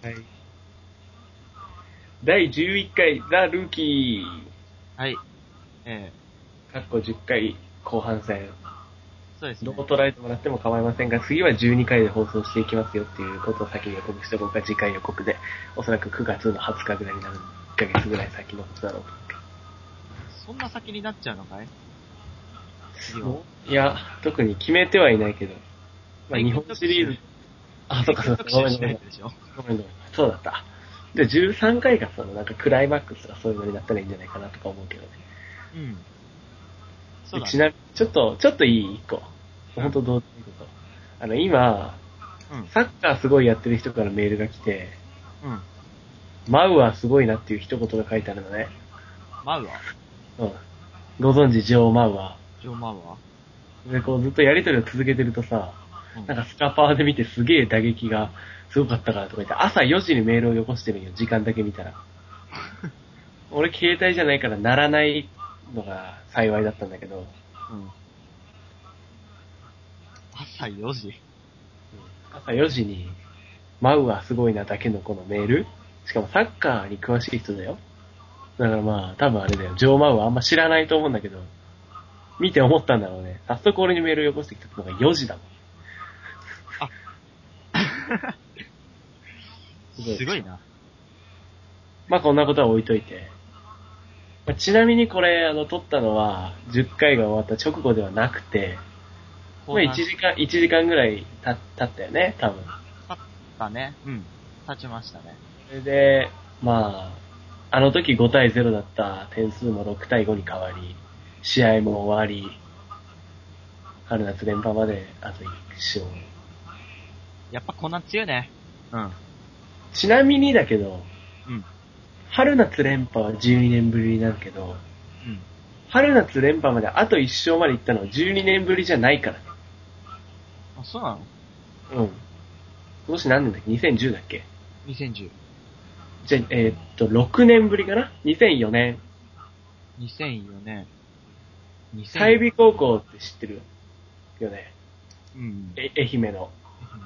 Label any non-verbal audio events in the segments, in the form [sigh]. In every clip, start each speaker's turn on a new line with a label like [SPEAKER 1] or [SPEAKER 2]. [SPEAKER 1] はい。第11回、ザ・ルーキ
[SPEAKER 2] はい。え
[SPEAKER 1] ー、かっこ10回後半戦。
[SPEAKER 2] ー、そうです
[SPEAKER 1] ど
[SPEAKER 2] ね。
[SPEAKER 1] こ捉えてもらっても構いませんが、次は12回で放送していきますよっていうことを先に予告しておこうか、次回予告で。おそらく9月の20日ぐらいになる、1ヶ月ぐらい先のことだろう
[SPEAKER 2] そんな先になっちゃうのかい次は。
[SPEAKER 1] と。いや、特に決めてはいないけど。まあ、日本シ [laughs] リーズ。あ、そっかそっか、
[SPEAKER 2] 特
[SPEAKER 1] ごめんご
[SPEAKER 2] 集しな
[SPEAKER 1] め
[SPEAKER 2] い
[SPEAKER 1] ん
[SPEAKER 2] と。でしょ。
[SPEAKER 1] ごめんごめん。そうだった。で、13回がその、なんかクライマックスとかそういうのになったらいいんじゃないかなとか思うけどね。
[SPEAKER 2] うん。そうだ
[SPEAKER 1] ち
[SPEAKER 2] ね。
[SPEAKER 1] なみに、ちょっと、ちょっといい一個。
[SPEAKER 2] うん
[SPEAKER 1] 本当どうでもいいこと。あの、今、
[SPEAKER 2] うん。
[SPEAKER 1] サッカーすごいやってる人からメールが来て、
[SPEAKER 2] うん。
[SPEAKER 1] マウはすごいなっていう一言が書いてあるのね。
[SPEAKER 2] マウア
[SPEAKER 1] うん。ご存知、ジョー・マウは。
[SPEAKER 2] ジョーマウア
[SPEAKER 1] で、こうずっとやりとりを続けてるとさ、
[SPEAKER 2] うん
[SPEAKER 1] なんかスカパーで見てすげえ打撃がすごかったからとか言って、朝4時にメールをよこしてるよ、時間だけ見
[SPEAKER 2] [laughs]
[SPEAKER 1] たら。俺携帯じゃないから鳴らないのが幸いだったんだけど、
[SPEAKER 2] うん。朝4時。
[SPEAKER 1] 朝4時に、マウはすごいなだけのこのメールしかもサッカーに詳しい人だよ。だからまあ、多分あれだよ。ジョー・マウはあんま知らないと思うんだけど、見て思ったんだろうね。早速俺にメールをよこしてきたのが4時だもん。 [laughs] すごい
[SPEAKER 2] すごいな。
[SPEAKER 1] まあこんなことは置いといて。まあちなみにこれ、あの、撮ったのは、10回が終わった直後ではなくて、まあ1時間、1時間ぐらいた経ったよね、多分。
[SPEAKER 2] 経ったね。うん。経ちましたね。
[SPEAKER 1] それで、まあ、あの時5対0だった点数も6対5に変わり、試合も終わり、春夏連覇まであと1勝。
[SPEAKER 2] やっぱこんなん強いね。うん。
[SPEAKER 1] ちなみにだけど、
[SPEAKER 2] うん。
[SPEAKER 1] 春夏連覇は12年ぶりになるけど、
[SPEAKER 2] うん。
[SPEAKER 1] 春夏連覇まであと1勝まで行ったのは12年ぶりじゃないからね。
[SPEAKER 2] あ、そうなの
[SPEAKER 1] うん。今年何年だっけ ?2010 だっけ
[SPEAKER 2] ?2010。
[SPEAKER 1] じゃ、えーっと、6年ぶりかな ?2004 年。
[SPEAKER 2] 2004年。2004
[SPEAKER 1] 西美高校って知ってるよね。
[SPEAKER 2] うん。
[SPEAKER 1] え、愛媛の。
[SPEAKER 2] うん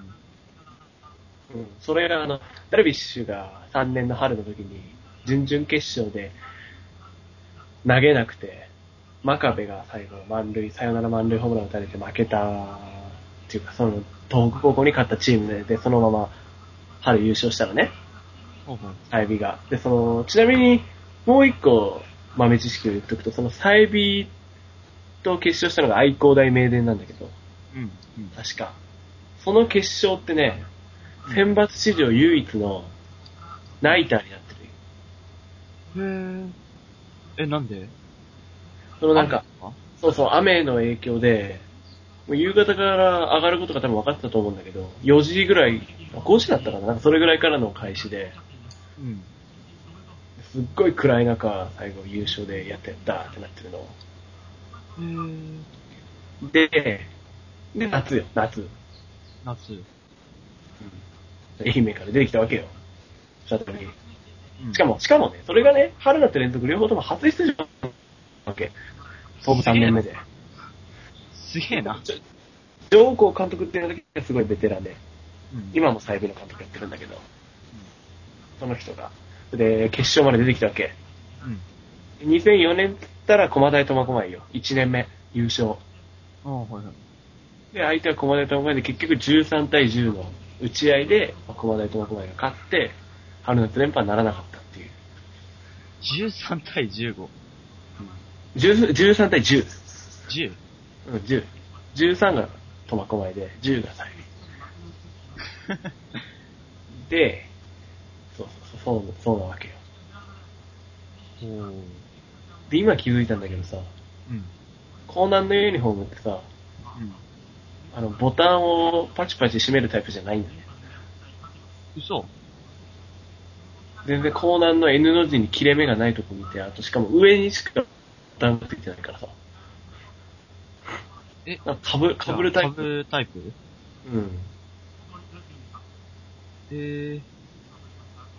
[SPEAKER 1] うんそれがあの、ダルビッシュが3年の春の時に、準々決勝で投げなくて、真壁が最後満塁、サヨナラ満塁ホームラン打たれて負けた、っていうか、その、東北高校に勝ったチームで、でそのまま春優勝したのね、
[SPEAKER 2] ほうほう。
[SPEAKER 1] サイビが。で、その、ちなみに、もう一個豆知識を言っとくと、そのサイビと決勝したのが愛工大名電なんだけど、
[SPEAKER 2] うん。うん。
[SPEAKER 1] 確か。その決勝ってね、選抜史上唯一のナイターになってるよ。
[SPEAKER 2] へーえ、なんで
[SPEAKER 1] そのなんか、
[SPEAKER 2] あ
[SPEAKER 1] そうそう、雨の影響で、もう夕方から上がることが多分分かってたと思うんだけど、4時ぐらい、あ5時だったかな、なんかそれぐらいからの開始で、
[SPEAKER 2] うん。
[SPEAKER 1] すっごい暗い中、最後優勝でやってやったってなってるの。
[SPEAKER 2] へー
[SPEAKER 1] で、で、夏よ、夏。
[SPEAKER 2] 夏。う
[SPEAKER 1] 愛媛から出てきたわけよ。再び。
[SPEAKER 2] ん
[SPEAKER 1] しか、も、しかもね、それがね、春夏連続両方とも初出場なわけ。東部3年目で。
[SPEAKER 2] すげえな。
[SPEAKER 1] ちょ上皇監督っていうのだけすごいベテランで、
[SPEAKER 2] うん、
[SPEAKER 1] 今も西部の監督やってるんだけど、その人が。で、決勝まで出てきたわけ。
[SPEAKER 2] うん。
[SPEAKER 1] 2004年っつったら駒大苫小牧よ。1年目、優勝。
[SPEAKER 2] ああ、はいはい。
[SPEAKER 1] で、相手は駒大苫小牧で結局13対10の打ち合いで、まあ駒大苫小牧が勝って、春夏連覇にならなかったっていう。
[SPEAKER 2] 13対15。
[SPEAKER 1] 10 13対10。 [laughs]
[SPEAKER 2] 10?
[SPEAKER 1] うん、10。13が苫小牧で、10が西部。で、そうそうそう、そうなわけよ。
[SPEAKER 2] ほう。
[SPEAKER 1] で、今気づいたんだけどさ、
[SPEAKER 2] うん。
[SPEAKER 1] 江南のユニフォームってさ、
[SPEAKER 2] うん。
[SPEAKER 1] あの、ボタンをパチパチ閉めるタイプじゃないんだね。
[SPEAKER 2] 嘘
[SPEAKER 1] 全然江南の N の字に切れ目がないとこ見て、あとしかも上にしかボタンがついてないからさ。
[SPEAKER 2] え
[SPEAKER 1] なんかかぶ、かぶるタイ
[SPEAKER 2] か
[SPEAKER 1] プ。
[SPEAKER 2] ぶるタイプ
[SPEAKER 1] うん。
[SPEAKER 2] えー。い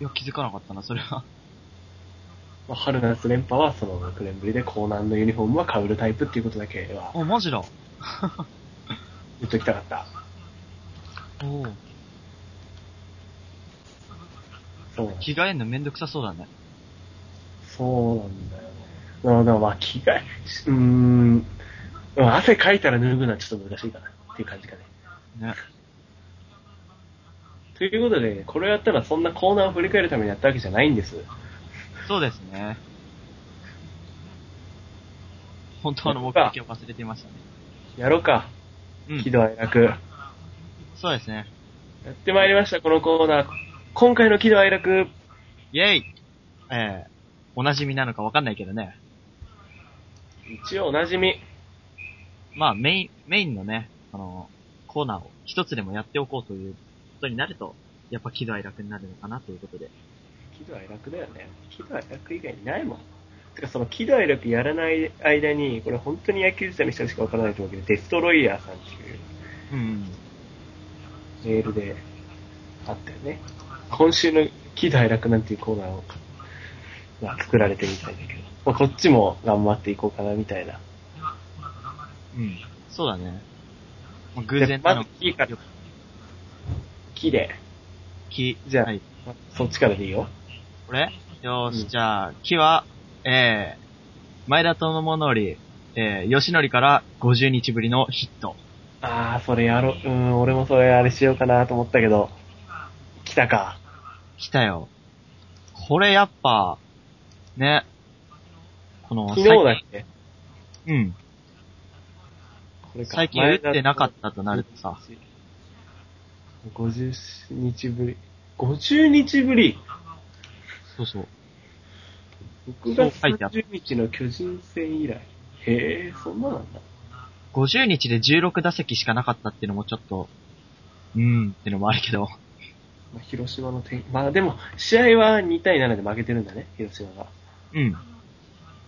[SPEAKER 2] や、気づかなかったな、それは。 [laughs]
[SPEAKER 1] まあ、春夏連覇はその6年ぶりで、江南のユニフォームはかぶるタイプっていうことだけは
[SPEAKER 2] あ、マジだ。 [laughs]
[SPEAKER 1] 言っときたかった。
[SPEAKER 2] おお。
[SPEAKER 1] うん
[SPEAKER 2] 着替えんのめんどくさそうだね。
[SPEAKER 1] そうなんだよね。まあ、でもまあ、着替え、うーん、でも汗かいたら脱ぐのはちょっと難しいかなっていう感じかね。
[SPEAKER 2] ね。
[SPEAKER 1] ということで、これをやったらそんなコーナーを振り返るためにやったわけじゃないんです。
[SPEAKER 2] そうですね。本当の目的を忘れていましたね。
[SPEAKER 1] やろうか、
[SPEAKER 2] う
[SPEAKER 1] 喜
[SPEAKER 2] ん。
[SPEAKER 1] 怒哀楽。
[SPEAKER 2] そうですね。
[SPEAKER 1] やってまいりました、このコーナー。今回の喜怒哀楽、
[SPEAKER 2] イェイえー、お馴染みなのかわかんないけどね。
[SPEAKER 1] 一応おなじみ。
[SPEAKER 2] まあ、メイン、メインのね、あの、コーナーを一つでもやっておこうということになると、やっぱ喜怒哀楽になるのかなということで。
[SPEAKER 1] 喜怒哀楽だよね。喜怒哀楽以外にないもん。てかその喜怒哀楽やらない間に、これ本当に野球自体の人にしかわからないと思うけど、デストロイヤーさんっていう
[SPEAKER 2] うん。
[SPEAKER 1] メールであったよね。今週の喜怒哀楽なんていうコーナーを、まあ、作られてみたいんだけど、まあ、こっちも頑張っていこうかなみたいな。
[SPEAKER 2] うん。そうだね。まあ、偶然
[SPEAKER 1] ま
[SPEAKER 2] の
[SPEAKER 1] ず喜から、喜で、
[SPEAKER 2] 木。
[SPEAKER 1] じゃあ
[SPEAKER 2] はい。
[SPEAKER 1] そっちからでいいよ。
[SPEAKER 2] これよーし、
[SPEAKER 1] うん
[SPEAKER 2] じゃあ、木は、えー、前田智則、えー、吉則から50日ぶりのヒット。
[SPEAKER 1] あー、それやろ、うん、俺もそれあれしようかなと思ったけど、来たか。
[SPEAKER 2] 来たよ。これやっぱ、ね、この、
[SPEAKER 1] 昨日だっけ
[SPEAKER 2] 最近うん。
[SPEAKER 1] これか
[SPEAKER 2] 最近打ってなかったとなるとさ、
[SPEAKER 1] 50日ぶり。50日ぶり
[SPEAKER 2] そうそう。
[SPEAKER 1] !6 月
[SPEAKER 2] そう書いてある
[SPEAKER 1] 30日の巨人戦以来。へえ、そんななんだ。
[SPEAKER 2] 50日で16打席しかなかったっていうのもちょっと、うーんってのもあるけど、
[SPEAKER 1] まあ、広島の点、まあでも、試合は2対7で負けてるんだね、広島が。
[SPEAKER 2] うん。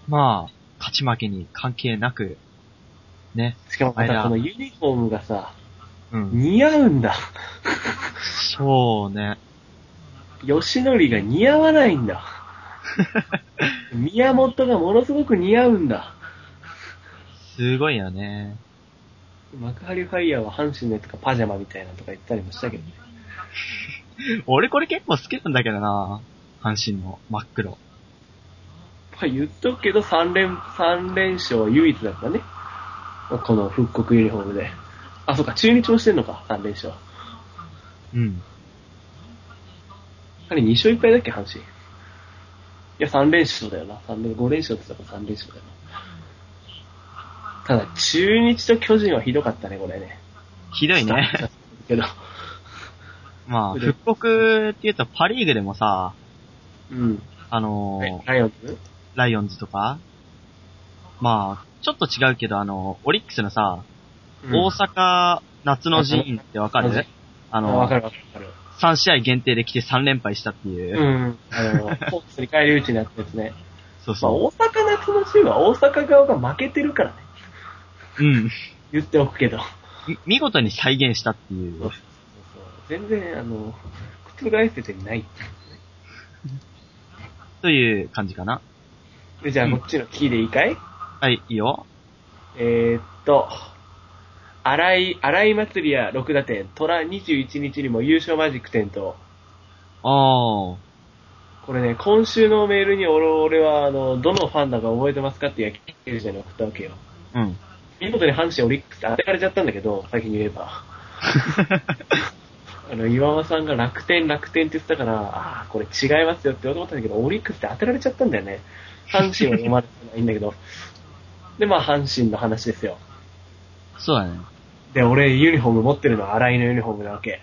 [SPEAKER 2] まあ、勝ち負けに関係なく、ね、
[SPEAKER 1] しかもま
[SPEAKER 2] あれ
[SPEAKER 1] た
[SPEAKER 2] だ
[SPEAKER 1] このユニフォームがさ、
[SPEAKER 2] うん。
[SPEAKER 1] 似合うんだ。
[SPEAKER 2] そうね。
[SPEAKER 1] 吉典が似合わないん
[SPEAKER 2] [laughs]
[SPEAKER 1] だ。宮本がものすごく似合うんだ。
[SPEAKER 2] すごいよね。
[SPEAKER 1] 幕張ファイヤーは阪神のやつかパジャマみたいなのとか言ったりもしたけどね。
[SPEAKER 2] [laughs] 俺これ結構好きなんだけどな。阪神の真っ黒。
[SPEAKER 1] まあ、言っとくけど、3連、三連勝は唯一だったね。この復刻ユニフォームで。あ、そうか、中日もしてんのか、3連勝。
[SPEAKER 2] うん。
[SPEAKER 1] あれ、2勝1敗だっけ、阪神。いや、3連勝だよな。三連、5連勝って言ったから3連勝だよな。ただ、中日と巨人はひどかったね、これね。
[SPEAKER 2] ひどいね。
[SPEAKER 1] [laughs] けど、
[SPEAKER 2] まあ、復刻って言うとパリーグでもさ、
[SPEAKER 1] うん。
[SPEAKER 2] あのー
[SPEAKER 1] はいライオンズ
[SPEAKER 2] ライオンズとか、まあ、ちょっと違うけど、あの、オリックスのさ、大阪夏の陣ってわか
[SPEAKER 1] わかる
[SPEAKER 2] るあ
[SPEAKER 1] あわ
[SPEAKER 2] の
[SPEAKER 1] か、るわかる。
[SPEAKER 2] 3試合限定で来て3連敗したっていう。
[SPEAKER 1] うん。あの、ホークスに帰り討ちになったやつね。
[SPEAKER 2] そ
[SPEAKER 1] ま
[SPEAKER 2] う
[SPEAKER 1] あ、
[SPEAKER 2] そ
[SPEAKER 1] 大阪夏のチームは大阪側が負けてるからね。
[SPEAKER 2] う。うん。
[SPEAKER 1] 言っておくけど。
[SPEAKER 2] み見事に再現したってい
[SPEAKER 1] そうう。全然、あの、覆せてない。
[SPEAKER 2] という感じかな。
[SPEAKER 1] で、じゃあ、こっちのキーでいいかい、
[SPEAKER 2] はい、いいよ。
[SPEAKER 1] えー、っと、荒井、荒井祭りや6打点、虎21日にも優勝マジック点灯。
[SPEAKER 2] あー。
[SPEAKER 1] これね、今週のメールに俺俺は、あの、どのファンだか覚えてますかって野球記者に送ったわけよ。
[SPEAKER 2] うん。
[SPEAKER 1] 見事に阪神オリックス当てられちゃったんだけど、先に言えば。あの、岩間さんが楽天楽天って言ってたから、ああ、これ違いますよって言おうと思ったんだけど、オリックスって当てられちゃったんだよね。阪神は読まれてないんだけど。で、まあ、阪神の話ですよ。
[SPEAKER 2] そうだね。
[SPEAKER 1] で、俺、ユニフォーム持ってるのは新井のユニフォームなわけ。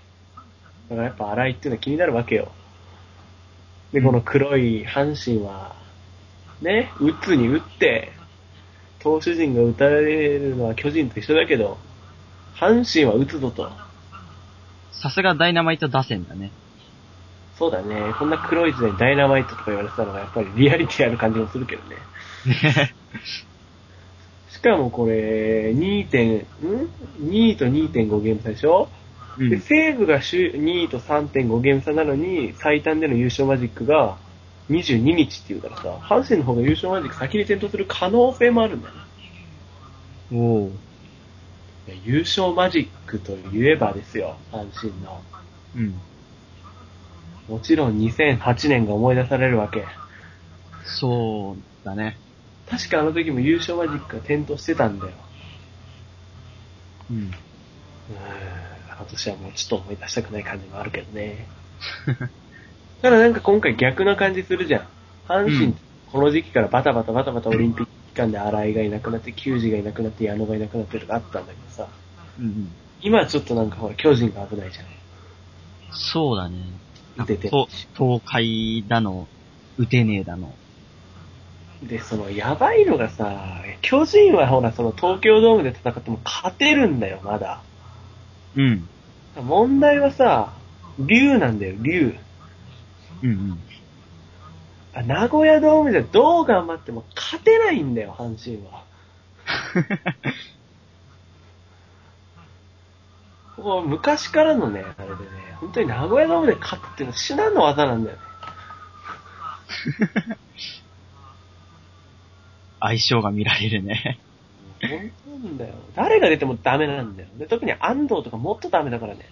[SPEAKER 1] だからやっぱ新井っていうのは気になるわけよ。で、この黒い阪神は、ね、打つに打って、投手陣が打たれるのは巨人と一緒だけど、阪神は打つぞと。
[SPEAKER 2] さすがダイナマイト打線だね。
[SPEAKER 1] そうだね、こんな黒い時代にダイナマイトとか言われてたのがやっぱりリアリティある感じもするけどね。しかもこれ、2. 点、ん ?2 と2.5ゲーム差でしょ
[SPEAKER 2] [laughs] う
[SPEAKER 1] で、
[SPEAKER 2] ん。
[SPEAKER 1] 西武が首2位と3.5ゲーム差なのに、最短での優勝マジックが22日っていうからさ、阪神の方が優勝マジック先に点灯する可能性もあるんだよね。
[SPEAKER 2] お
[SPEAKER 1] い
[SPEAKER 2] ー。
[SPEAKER 1] や優勝マジックといえばですよ、阪神の。
[SPEAKER 2] うん。
[SPEAKER 1] もちろん2008年が思い出されるわけ。
[SPEAKER 2] そうだね。
[SPEAKER 1] 確かあの時も優勝マジックが点灯してたんだよ。
[SPEAKER 2] うん。
[SPEAKER 1] うーんあの年はもうちょっと思い出したくない感じもあるけど
[SPEAKER 2] [laughs]
[SPEAKER 1] ね。ただなんか今回逆な感じするじゃん。阪神、
[SPEAKER 2] うん
[SPEAKER 1] この時期からバタバタバタバタオリンピック期間で新井がいなくなって、球児がいなくなって、矢野がいなくなってとかあったんだけどさ。
[SPEAKER 2] うんうん。
[SPEAKER 1] 今はちょっとなんかほら、巨人が危ないじゃん。
[SPEAKER 2] そうだね。
[SPEAKER 1] 打てて
[SPEAKER 2] と東海だの、打てねえだの。
[SPEAKER 1] で、その、やばいのがさ、巨人はほら、その東京ドームで戦っても勝てるんだよ、まだ。
[SPEAKER 2] うん。
[SPEAKER 1] 問題はさ、竜なんだよ、竜。
[SPEAKER 2] うんうん。
[SPEAKER 1] あ名古屋ドームじゃどう頑張っても勝てないんだよ、阪神は。ここは昔からのね、あれでね、本当に名古屋ドームで勝つっていうのは至難の技なんだよね。
[SPEAKER 2] 相性が見られるね。
[SPEAKER 1] 本当なんだよ。誰が出てもダメなんだよ。で特に安藤とかもっとダメだから
[SPEAKER 2] [laughs]
[SPEAKER 1] ね。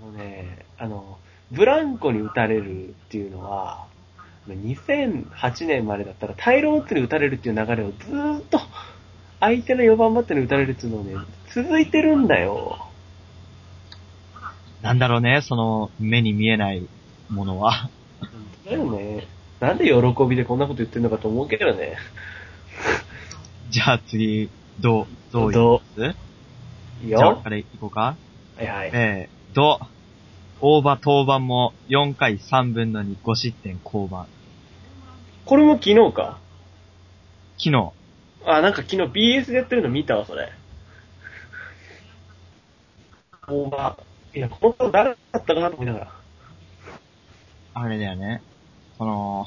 [SPEAKER 1] あのね、あの、ブランコに打たれるっていうのは、2008年までだったらタイローツに打たれるっていう流れをずーっと相手の4番バッターに打たれるっていうのをね、続いてるんだよ。
[SPEAKER 2] なんだろうね、その、目に見えないものは。 [laughs]
[SPEAKER 1] だよね。なんで喜びでこんなこと言ってるのかと思うけどね。
[SPEAKER 2] じゃあ次、どう、どう
[SPEAKER 1] ど
[SPEAKER 2] うや
[SPEAKER 1] い
[SPEAKER 2] つ
[SPEAKER 1] い
[SPEAKER 2] じゃあ、
[SPEAKER 1] よ。
[SPEAKER 2] あれ、行こうか。
[SPEAKER 1] はいはい。
[SPEAKER 2] えー、ど、大場登板も4回3分の2、5失点降板。
[SPEAKER 1] これも昨日か。
[SPEAKER 2] 昨日、
[SPEAKER 1] あ、なんか昨日 BS でやってるの見たわ、それ。オーバー。いや、本当誰だったかなと思いながら。
[SPEAKER 2] あれだよね。この、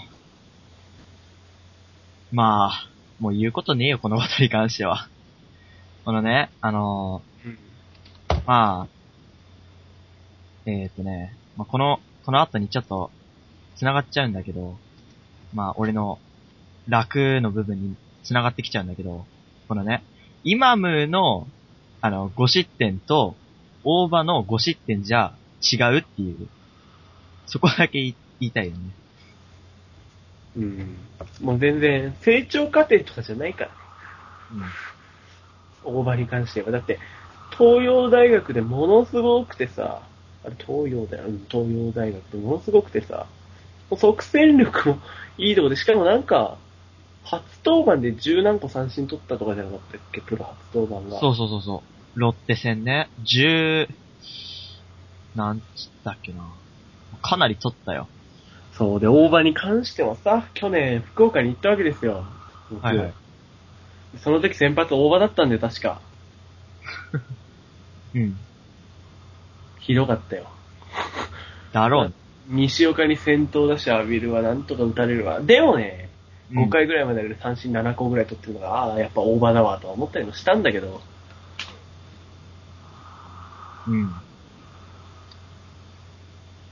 [SPEAKER 2] まあ、もう言うことねえよ、このことに関しては。このね、あのーまあ、えー、っとね、まあ、この、この後にちょっと、繋がっちゃうんだけど、まあ、俺の、楽の部分に繋がってきちゃうんだけど、このね、イマムの、あの、5失点と、大場の5失点じゃ違うっていう、そこだけ言い言いたいよね。
[SPEAKER 1] うん。もう全然、成長過程とかじゃないから。大場に関しては。だって、東洋大学でものすごくてさ、あれ東洋大、うん東洋大学でものすごくてさ、もう即戦力も [laughs] いいとこで、しかもなんか、初登板で十何個三振取ったとかじゃなかったっけ、プロ初登板が。
[SPEAKER 2] そうそうそうそう。ロッテ戦ね、10、なんつったっけな。かなり取ったよ。
[SPEAKER 1] そうで、大場に関してはさ、去年福岡に行ったわけですよ。僕
[SPEAKER 2] はいはい
[SPEAKER 1] その時先発大場だったんで、確か。
[SPEAKER 2] うん。
[SPEAKER 1] ひどかったよ。
[SPEAKER 2] だろう。
[SPEAKER 1] 西岡に先頭打者浴びるわ、なんとか打たれるわ。でもね、
[SPEAKER 2] うん
[SPEAKER 1] 5回ぐらいまでで三振7個ぐらい取ってるのが、ああ、やっぱ大場だわとは思ったりもしたんだけど、
[SPEAKER 2] うん。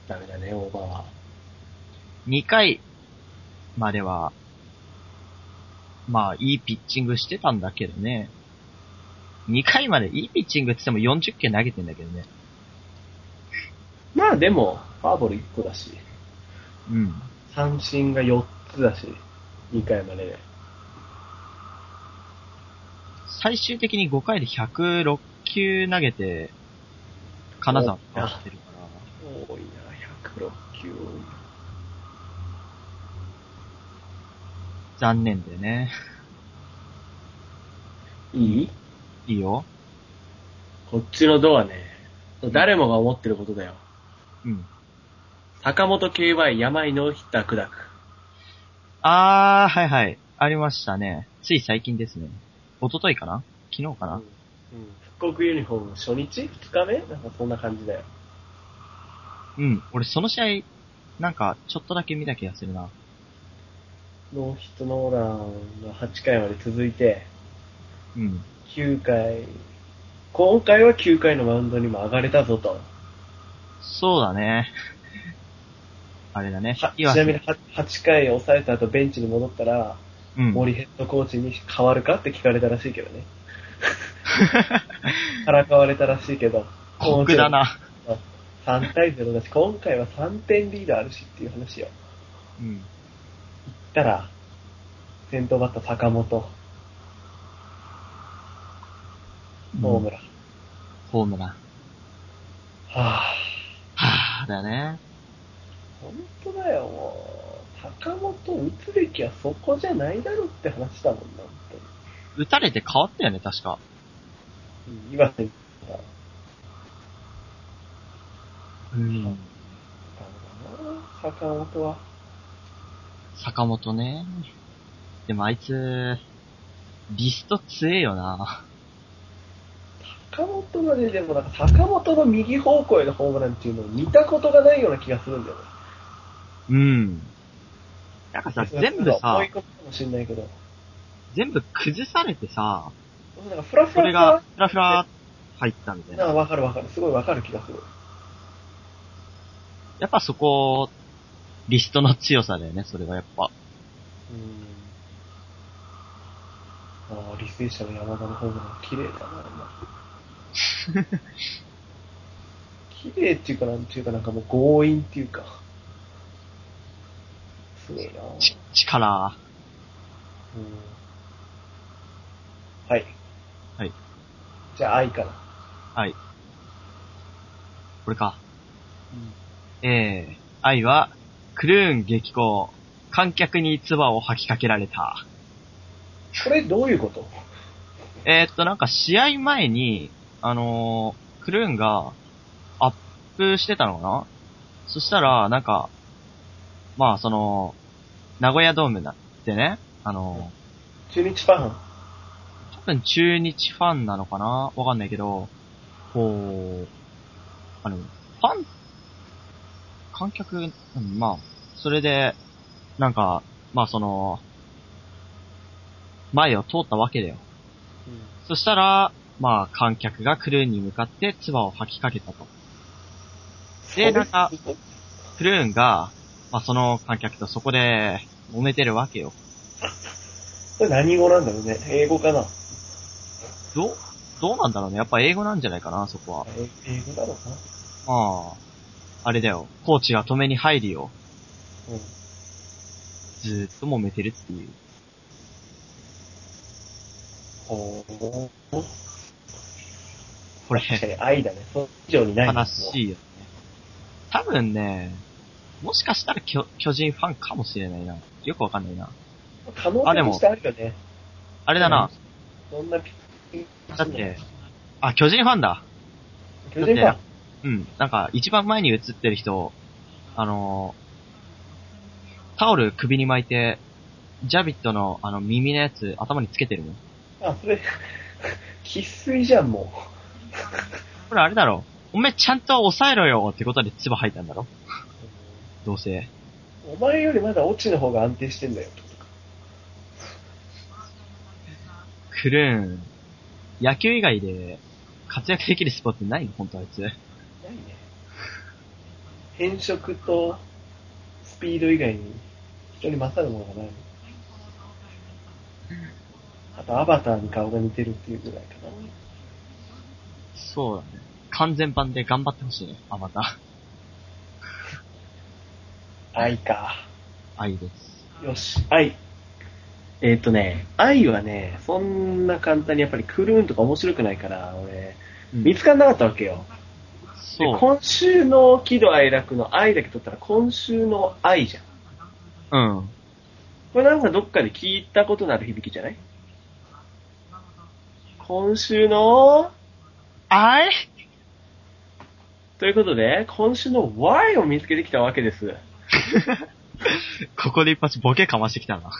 [SPEAKER 1] ダメだね、大場は。
[SPEAKER 2] 2回までは、まあ、いいピッチングしてたんだけどね。2回までいいピッチングって言っても40球投げてんだけどね。
[SPEAKER 1] まあでも、ファーボール1個だし、
[SPEAKER 2] うん。
[SPEAKER 1] 三振が4つだし、2回までで。
[SPEAKER 2] 最終的に5回で106球投げて、金沢が勝ってるから。
[SPEAKER 1] 多いな、106球多い。
[SPEAKER 2] 残念だよね。
[SPEAKER 1] いい
[SPEAKER 2] いいよ。
[SPEAKER 1] こっちのドアね、誰もが思ってることだよ。
[SPEAKER 2] うん。
[SPEAKER 1] 坂本 KY 山井ノーヒッター砕く。
[SPEAKER 2] あー、はいはい。ありましたね。つい最近ですね。一昨日かな昨日かな、
[SPEAKER 1] うん復刻ユニフォーム初日 ?2 日目なんかそんな感じだよ。
[SPEAKER 2] うん、俺その試合、なんか、ちょっとだけ見た気がするな。
[SPEAKER 1] ノーヒットノーランが8回まで続いて、
[SPEAKER 2] うん。
[SPEAKER 1] 9回、今回は9回のマウンドにも上がれたぞと。
[SPEAKER 2] そうだね。あれだね。
[SPEAKER 1] はち
[SPEAKER 2] 岩瀬
[SPEAKER 1] なみに 8, 回抑えた後ベンチに戻ったら、
[SPEAKER 2] うん。
[SPEAKER 1] 森ヘッドコーチに変わるかって聞かれたらしいけど
[SPEAKER 2] [laughs]
[SPEAKER 1] ね。からかわれたらしいけど。
[SPEAKER 2] 酷だ
[SPEAKER 1] コ
[SPEAKER 2] な。
[SPEAKER 1] ーチは。 3対0だし、今回は3点リードあるしっていう話よ。
[SPEAKER 2] うん。
[SPEAKER 1] たら、先頭バッター坂本、大村。は
[SPEAKER 2] ホームラン。は
[SPEAKER 1] あ
[SPEAKER 2] ぁ、だよね。
[SPEAKER 1] 本当だよ、もう。坂本打つべきはそこじゃないだろって話だもんな、本
[SPEAKER 2] 打たれて変わったよね、確か。
[SPEAKER 1] 当に。うん岩手だっ
[SPEAKER 2] うん。
[SPEAKER 1] たのかな、坂本は。
[SPEAKER 2] 坂本ね。でもあいつ、リスト強えよな。
[SPEAKER 1] 坂本がね、でもなんか坂本の右方向へのホームランっていうのを見たことがないような気がするんだよね。
[SPEAKER 2] うん。なんかさ、全部さ
[SPEAKER 1] 思い、込むかもしれないけど。
[SPEAKER 2] 全部崩されてさ、
[SPEAKER 1] なんかフラフ
[SPEAKER 2] そ
[SPEAKER 1] ラ
[SPEAKER 2] れが、ふらふら入ったみたい
[SPEAKER 1] なん
[SPEAKER 2] な。
[SPEAKER 1] かわかるわかる。すごいわかる気がする。
[SPEAKER 2] やっぱそこ、リストの強さだよね、それがやっぱ。
[SPEAKER 1] うん。ああ、履正社の山田のホームラン、綺麗だな、今。綺麗っていうか、なんていうか、なんかもう強引っていうか。すごいな。うん。
[SPEAKER 2] ち、力。
[SPEAKER 1] はい。
[SPEAKER 2] はい。
[SPEAKER 1] じゃあ、愛から。
[SPEAKER 2] はい。これか。
[SPEAKER 1] うん。
[SPEAKER 2] ええ愛は、クルーン激高。観客に唾を吐きかけられた。
[SPEAKER 1] これどういうこと
[SPEAKER 2] えーっと、なんか試合前に、あのークルーンがアップしてたのかなそしたら、なんか、まあその、名古屋ドームなってね、あの
[SPEAKER 1] 中日ファン。
[SPEAKER 2] ー多分中日ファンなのかなわかんないけど、こう、あの、ファン、観客、うんまあ、それで、なんか、まあその、前を通ったわけだよ。そしたら、まあ、観客がクルーンに向かって唾を吐きかけたと。でなんか
[SPEAKER 1] そう
[SPEAKER 2] クルーンが、まあ、その観客とそこで揉めてるわけよ。
[SPEAKER 1] これ何語なんだろうね。英語かな。
[SPEAKER 2] どう、どうなんだろうね。やっぱ英語なんじゃないかな、そこは。
[SPEAKER 1] え英語だろうな。
[SPEAKER 2] まあ、あれだよ。コーチが止めに入るよ。
[SPEAKER 1] うん。
[SPEAKER 2] ずーっと揉めてるっていう。
[SPEAKER 1] ほ
[SPEAKER 2] [laughs]
[SPEAKER 1] う。
[SPEAKER 2] これ、
[SPEAKER 1] 確かに愛だね。それ以上にない。
[SPEAKER 2] 悲しいよね。多分ね、もしかしたら巨巨人ファンかもしれないな。よくわかんないな。
[SPEAKER 1] 可能性としてあるよね。
[SPEAKER 2] あれだな。
[SPEAKER 1] そんなピ
[SPEAKER 2] だって、あ、巨人ファンだ。
[SPEAKER 1] 巨人ファン。
[SPEAKER 2] うん。なんか、一番前に映ってる人、あのータオル首に巻いて、ジャビットの、あの、耳のやつ、頭につけてるの。
[SPEAKER 1] あ、それ、 [laughs] 喫水じゃん、も
[SPEAKER 2] これあれだろ。おめえちゃんと抑えろよってことで唾吐いたんだろどうせ。
[SPEAKER 1] う。お前よりまだオチの方が安定してんだよ。
[SPEAKER 2] クルーン。野球以外で活躍できるスポーツないの本当あいつ。
[SPEAKER 1] ないね。変色とスピード以外に人に勝るものがない。あと、アバターに顔が似てるっていうぐらいかな。
[SPEAKER 2] そうだね。完全版で頑張ってほしいね。あ、また。
[SPEAKER 1] 愛か。
[SPEAKER 2] 愛です。
[SPEAKER 1] よし、愛。えーっ、とね、愛はね、そんな簡単にやっぱりクルーンとか面白くないから、俺、
[SPEAKER 2] うん
[SPEAKER 1] 見つからなかったわけよ。で
[SPEAKER 2] そう。
[SPEAKER 1] 今週の喜怒哀楽の愛だけ取ったら今週の愛じゃん。
[SPEAKER 2] うん。
[SPEAKER 1] これなんかどっかで聞いたことのある響きじゃない今週の
[SPEAKER 2] 愛
[SPEAKER 1] ということで、今週の Y を見つけてきたわけです。
[SPEAKER 2] ここで一発ボケかましてきたな。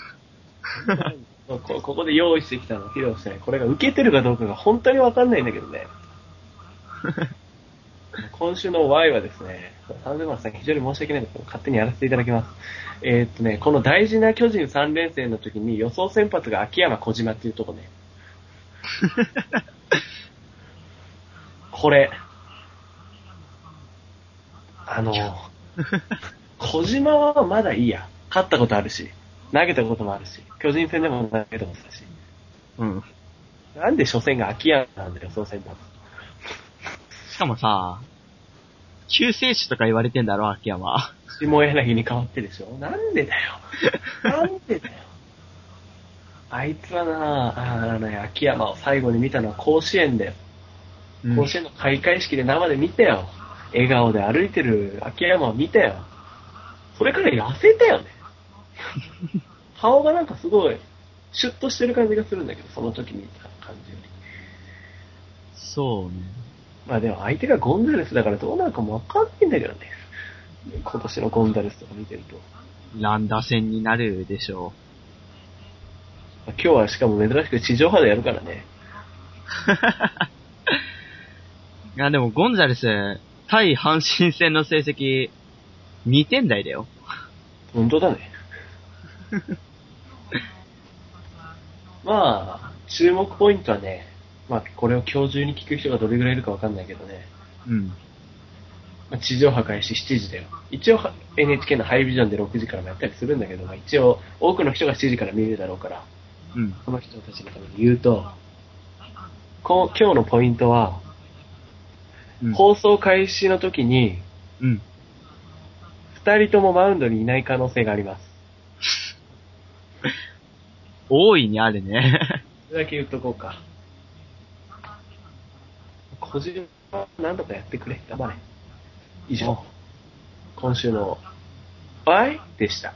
[SPEAKER 1] こここで用意してきたのを披露して、これが受けてるかどうかが本当にわかんないんだけどね。今週の Y はですね、3000万さん非常に申し訳ないんですけど、勝手にやらせていただきます。えーっとね、この大事な巨人3連戦の時に予想先発が秋山小島っていうとこね。これ、あの、小島はまだいいや。勝ったことあるし、投げたこともあるし、巨人戦でも投げたことだし。
[SPEAKER 2] うん。
[SPEAKER 1] なんで初戦が秋山なんだよ、予想先発。
[SPEAKER 2] しかもさ、救世主とか言われてんだろ、秋山。
[SPEAKER 1] 下柳に変わってでしょなんでだよ。なんでだよ。あいつはなああならない、秋山を最後に見たのは甲子園だよ。
[SPEAKER 2] うん
[SPEAKER 1] 甲子園の開会式で生で見たよ。笑顔で歩いてる秋山を見たよ。それから痩せたよ
[SPEAKER 2] [laughs]
[SPEAKER 1] ね。顔がなんかすごい、シュッとしてる感じがするんだけど、その時に見た感じより。
[SPEAKER 2] そうね。
[SPEAKER 1] まあでも相手がゴンザレスだからどうなるかもわかんないんだけどね。今年のゴンザレスとか見てると。
[SPEAKER 2] 乱打戦になるでしょ
[SPEAKER 1] 今日はしかも珍しく地上波でやるからね。
[SPEAKER 2] [laughs] う。いや、でもゴンザレス、対阪神戦の成績、2点台だよ。
[SPEAKER 1] 本当だね。まあ、注目ポイントはね、まあこれを今日中に聞く人がどれぐらいいるかわかんないけどね。
[SPEAKER 2] うん。
[SPEAKER 1] まあ地上波開始7時だよ。一応は NHK のハイビジョンで6時からもやったりするんだけど、まあ一応多くの人が7時から見るだろうから、
[SPEAKER 2] うん。
[SPEAKER 1] この人たちのために言うと、こう今日のポイントは、
[SPEAKER 2] うん。
[SPEAKER 1] 放送開始の時に、
[SPEAKER 2] うん。
[SPEAKER 1] 2人ともマウンドにいない可能性があります。
[SPEAKER 2] 大いにあるね。
[SPEAKER 1] それだけ言っとこうか。個人は何とかやってくれ。頑張れ。以上。今週の、バイでした。
[SPEAKER 2] [laughs]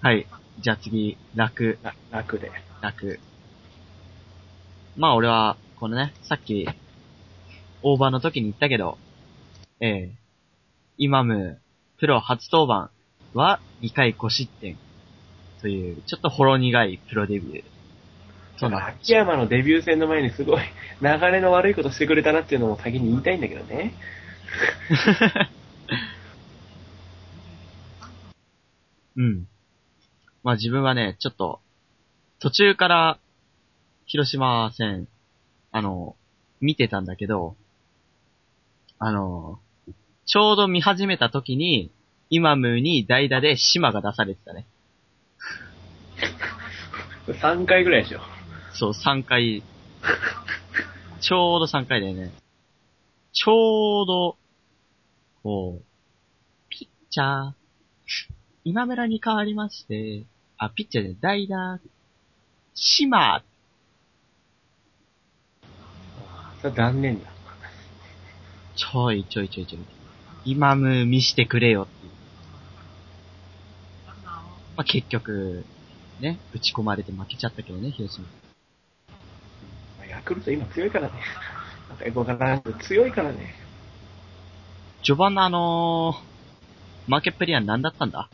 [SPEAKER 2] はい。じゃあ次、楽、
[SPEAKER 1] な楽で。
[SPEAKER 2] 楽。まあ俺は、このね、さっき、オーバーの時に言ったけど、ええイマム、プロ初登板は2回5失点。という、ちょっとほろ苦いプロデビュー。そうなんです
[SPEAKER 1] 秋山のデビュー戦の前にすごい流れの悪いことしてくれたなっていうのも先に言いたいんだけどね。
[SPEAKER 2] うん。まあ自分はね、ちょっと、途中から、広島戦、あの、見てたんだけど、あの、ちょうど見始めた時に、イマムに代打で島が出されてたね。
[SPEAKER 1] 3回ぐらいでしょ。
[SPEAKER 2] そう、3回。ちょうど3回だよね。ちょうど、こう、ピッチャー、今村に変わりまして、あ、ピッチャーで代打、島、
[SPEAKER 1] それは残念だ。
[SPEAKER 2] ちょいちょいちょいちょい。今ム見してくれよっていう。まあ、結局、ね、打ち込まれて負けちゃったけどね、広島。
[SPEAKER 1] まあヤクルト今強いからね。なんかよくわからんけど強いからね。
[SPEAKER 2] 序盤のあのー、負けっぷりは何だったんだ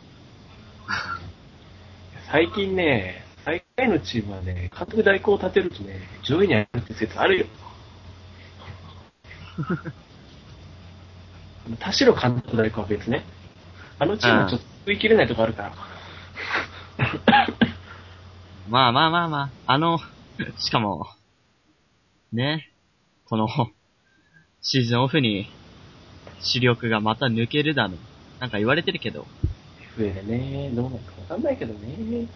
[SPEAKER 1] 最近ね、最下位のチームはね、監督代行を立てるとね、上位に上がるって説あ
[SPEAKER 2] [laughs]
[SPEAKER 1] るよ。あの田代監督代行は別ね。あのチームはちょっと食い切れないとこあるから。
[SPEAKER 2] [laughs] まあまあまあまあ、あの、 [laughs] しかも、ね、この、シーズンオフに、主力がまた抜けるだの、なんか言われてるけど、
[SPEAKER 1] FA でね、どうなるかわかんないけどね。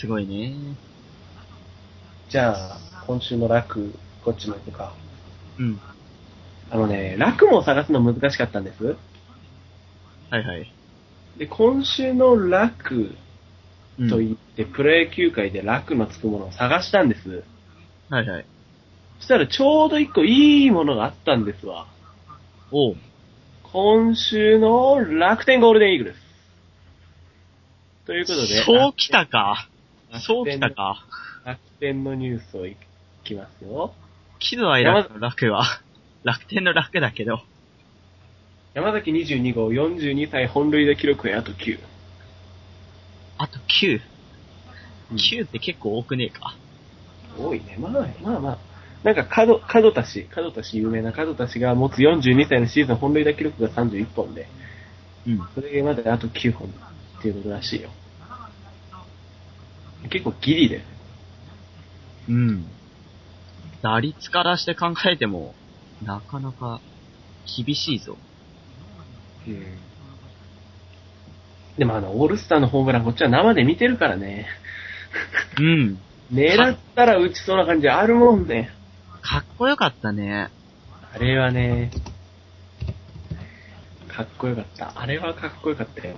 [SPEAKER 2] すごいね。
[SPEAKER 1] じゃあ、今週の楽、こっちも行くか。
[SPEAKER 2] うん。
[SPEAKER 1] あのね、楽も探すの難しかったんです。
[SPEAKER 2] はいはい。
[SPEAKER 1] で、今週の楽
[SPEAKER 2] うん、
[SPEAKER 1] と言って、プロ野球界で楽のつくものを探したんです。
[SPEAKER 2] はいはい。
[SPEAKER 1] そしたらちょうど一個いいものがあったんですわ。
[SPEAKER 2] おう。
[SPEAKER 1] 今週の楽天ゴールデンイーグルス。ということで、
[SPEAKER 2] そう来たか。
[SPEAKER 1] 楽天
[SPEAKER 2] そう来たか。
[SPEAKER 1] 楽天のニュースをいきますよ。
[SPEAKER 2] 喜怒哀楽の楽は、楽天の楽だけど、
[SPEAKER 1] 山崎22号42歳本塁打記録へあと9。
[SPEAKER 2] あと9。
[SPEAKER 1] うん
[SPEAKER 2] 9って結構多くねえか。
[SPEAKER 1] 多いね。まあまあまあ。なんか角、角田氏、角田氏有名な角田氏が持つ42歳のシーズン本塁打記録が31本で、
[SPEAKER 2] うん。
[SPEAKER 1] それまであと9本っていうことらしいよ。結構ギリだよね。
[SPEAKER 2] うん。打率からして考えても、なかなか厳しいぞ。
[SPEAKER 1] うんでもあの、オールスターのホームラン、こっちは生で見てるからね。
[SPEAKER 2] うん。
[SPEAKER 1] [laughs] 狙ったら打ちそうな感じあるもんね。
[SPEAKER 2] かっこよかったね。
[SPEAKER 1] あれはね、かっこよかった。あれはかっこよかったよ。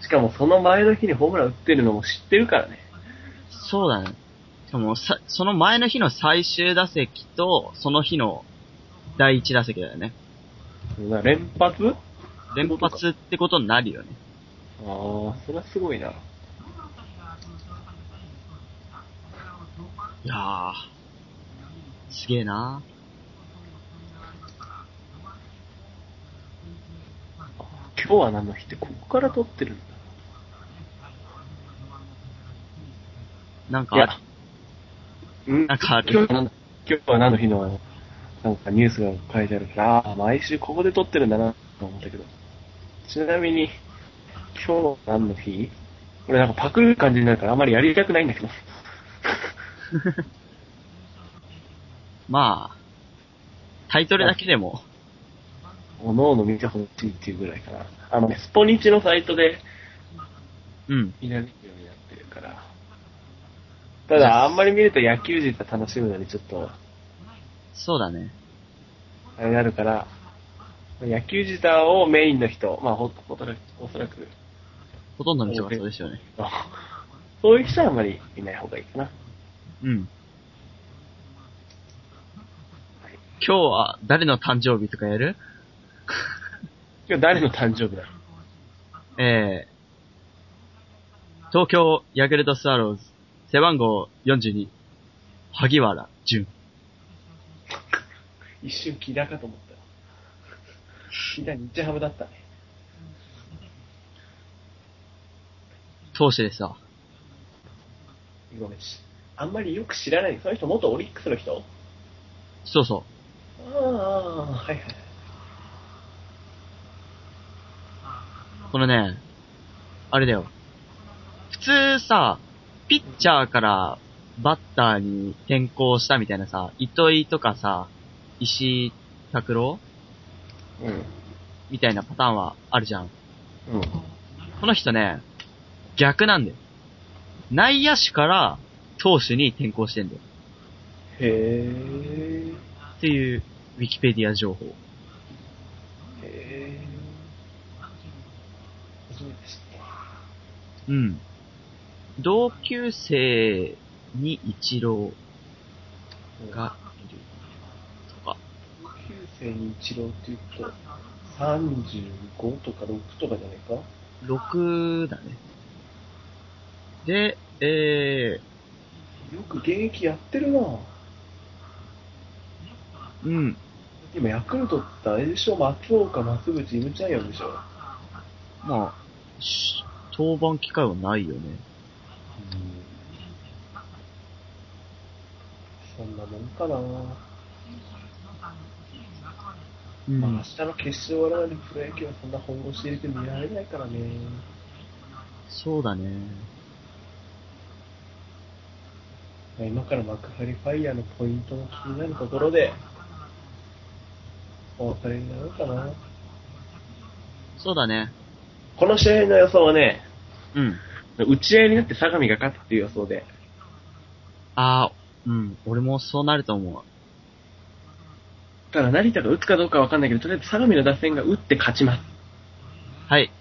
[SPEAKER 1] しかもその前の日にホームラン打ってるのも知ってるからね。
[SPEAKER 2] そうだね。しかもさ、その前の日の最終打席と、その日の第一打席だよね。
[SPEAKER 1] な連発
[SPEAKER 2] 連発ってことになるよね。
[SPEAKER 1] ああ、それはすごいな。
[SPEAKER 2] いやー、すげえな
[SPEAKER 1] 今日は何の日ってここから撮ってるんだ。
[SPEAKER 2] なん
[SPEAKER 1] いや
[SPEAKER 2] か、、
[SPEAKER 1] うん
[SPEAKER 2] なんかある
[SPEAKER 1] 今日は何の今日は何の日の、なんかニュースが書いてあるから、ああ、毎週ここで撮ってるんだなと思ったけど。ちなみに、今日は何の日これなんかパクる感じになるからあんまりやりたくないんだけど。
[SPEAKER 2] まあ、タイトルだけでも、
[SPEAKER 1] おのおの見てほしいっていうぐらいかな。あのね、スポニチのサイトで
[SPEAKER 2] うん。
[SPEAKER 1] 見られるようになってるから。ただ、あんまり見ると野球自体楽しむのにちょっと、
[SPEAKER 2] そうだね。
[SPEAKER 1] あれになるから、野球自体をメインの人、まあ、ほおそらく、おそらく、
[SPEAKER 2] ほとんどの人がそうですよね。
[SPEAKER 1] [laughs] そういう人はあんまりいない方がいいかな。
[SPEAKER 2] うん。今日は誰の誕生日とかやる
[SPEAKER 1] 今日誰の誕生日だろ
[SPEAKER 2] えー、東京ヤクルトスワローズ、背番号42、萩原淳。
[SPEAKER 1] う一瞬、木田かと思ったよ。木田、日ハムだったね。
[SPEAKER 2] 投手でさ、
[SPEAKER 1] ごめん、しあんまりよく知らない。その人、元オリックスの人
[SPEAKER 2] そうそ
[SPEAKER 1] ああ、はいはい。
[SPEAKER 2] う。このね、あれだよ。普通さ、ピッチャーからバッターに転向したみたいなさ、糸井とかさ、石井拓郎
[SPEAKER 1] う
[SPEAKER 2] みたいなパターンはあるじゃん。
[SPEAKER 1] ん。うん。
[SPEAKER 2] この人ね、逆なんだよ。内野手から投手に転向してんだよ。
[SPEAKER 1] へえ。
[SPEAKER 2] っていう、ウィキペディア情報。
[SPEAKER 1] へー初めて知った
[SPEAKER 2] うん。同級生に一郎がいる。とか。
[SPEAKER 1] 九世に一郎っていうと、35とか6とかじゃないか
[SPEAKER 2] 6だね。で、え
[SPEAKER 1] よく現役やってるな
[SPEAKER 2] ー、うん。
[SPEAKER 1] 今、ヤクルトってあれでしょ松岡、松淵、イムチャイアンでしょ
[SPEAKER 2] まあ、し登板機会はないよね。
[SPEAKER 1] そんなもんかな、
[SPEAKER 2] う
[SPEAKER 1] まあ明日の決勝終わるまでプロ野球はそんな本腰入れて見られないからね。
[SPEAKER 2] そうだね。
[SPEAKER 1] まあ今から幕張ファイヤーのポイントも気になるところで、お別れになろうかな。
[SPEAKER 2] そうだね。
[SPEAKER 1] この試合の予想はね、
[SPEAKER 2] うん。
[SPEAKER 1] 打ち合いになって相模が勝つっていう予想で、
[SPEAKER 2] あー、うん。俺もそうなると思う。
[SPEAKER 1] ただ成田が打つかどうかわかんないけど、とりあえず相模の打線が打って勝ちます。
[SPEAKER 2] はい。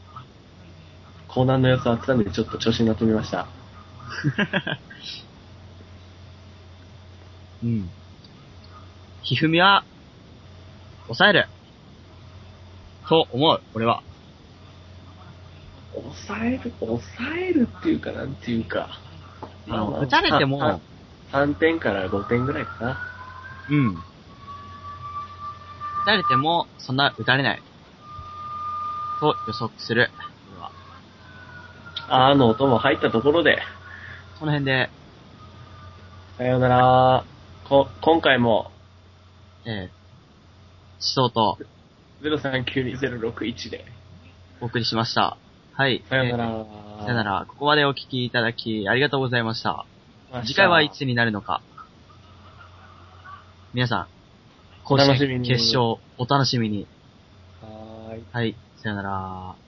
[SPEAKER 1] コーナーの予想を当てたので、ちょっと調子に乗ってみました。
[SPEAKER 2] うん。ひふみは、抑える。と思う、俺は。
[SPEAKER 1] 抑える、抑えるっていうか、なんていうか。
[SPEAKER 2] あの、打たれても、
[SPEAKER 1] 3点から5点ぐらいかな。
[SPEAKER 2] うん。打たれても、そんな打たれない。と予測する。俺は。
[SPEAKER 1] あーの音も入ったところで、
[SPEAKER 2] この辺で、
[SPEAKER 1] さようなら。こ、今回も、
[SPEAKER 2] えー、思想と
[SPEAKER 1] 0392061で。
[SPEAKER 2] お送りしました。はい。
[SPEAKER 1] さような
[SPEAKER 2] え
[SPEAKER 1] ら。
[SPEAKER 2] ーさよなら。ここまでお聞きいただき、ありがとうございました。
[SPEAKER 1] ました。
[SPEAKER 2] 次回はいつになるのか。皆さん、甲子
[SPEAKER 1] お楽しみ
[SPEAKER 2] 園
[SPEAKER 1] に
[SPEAKER 2] 決勝、お楽しみに。
[SPEAKER 1] はーい。
[SPEAKER 2] はい、さよなら。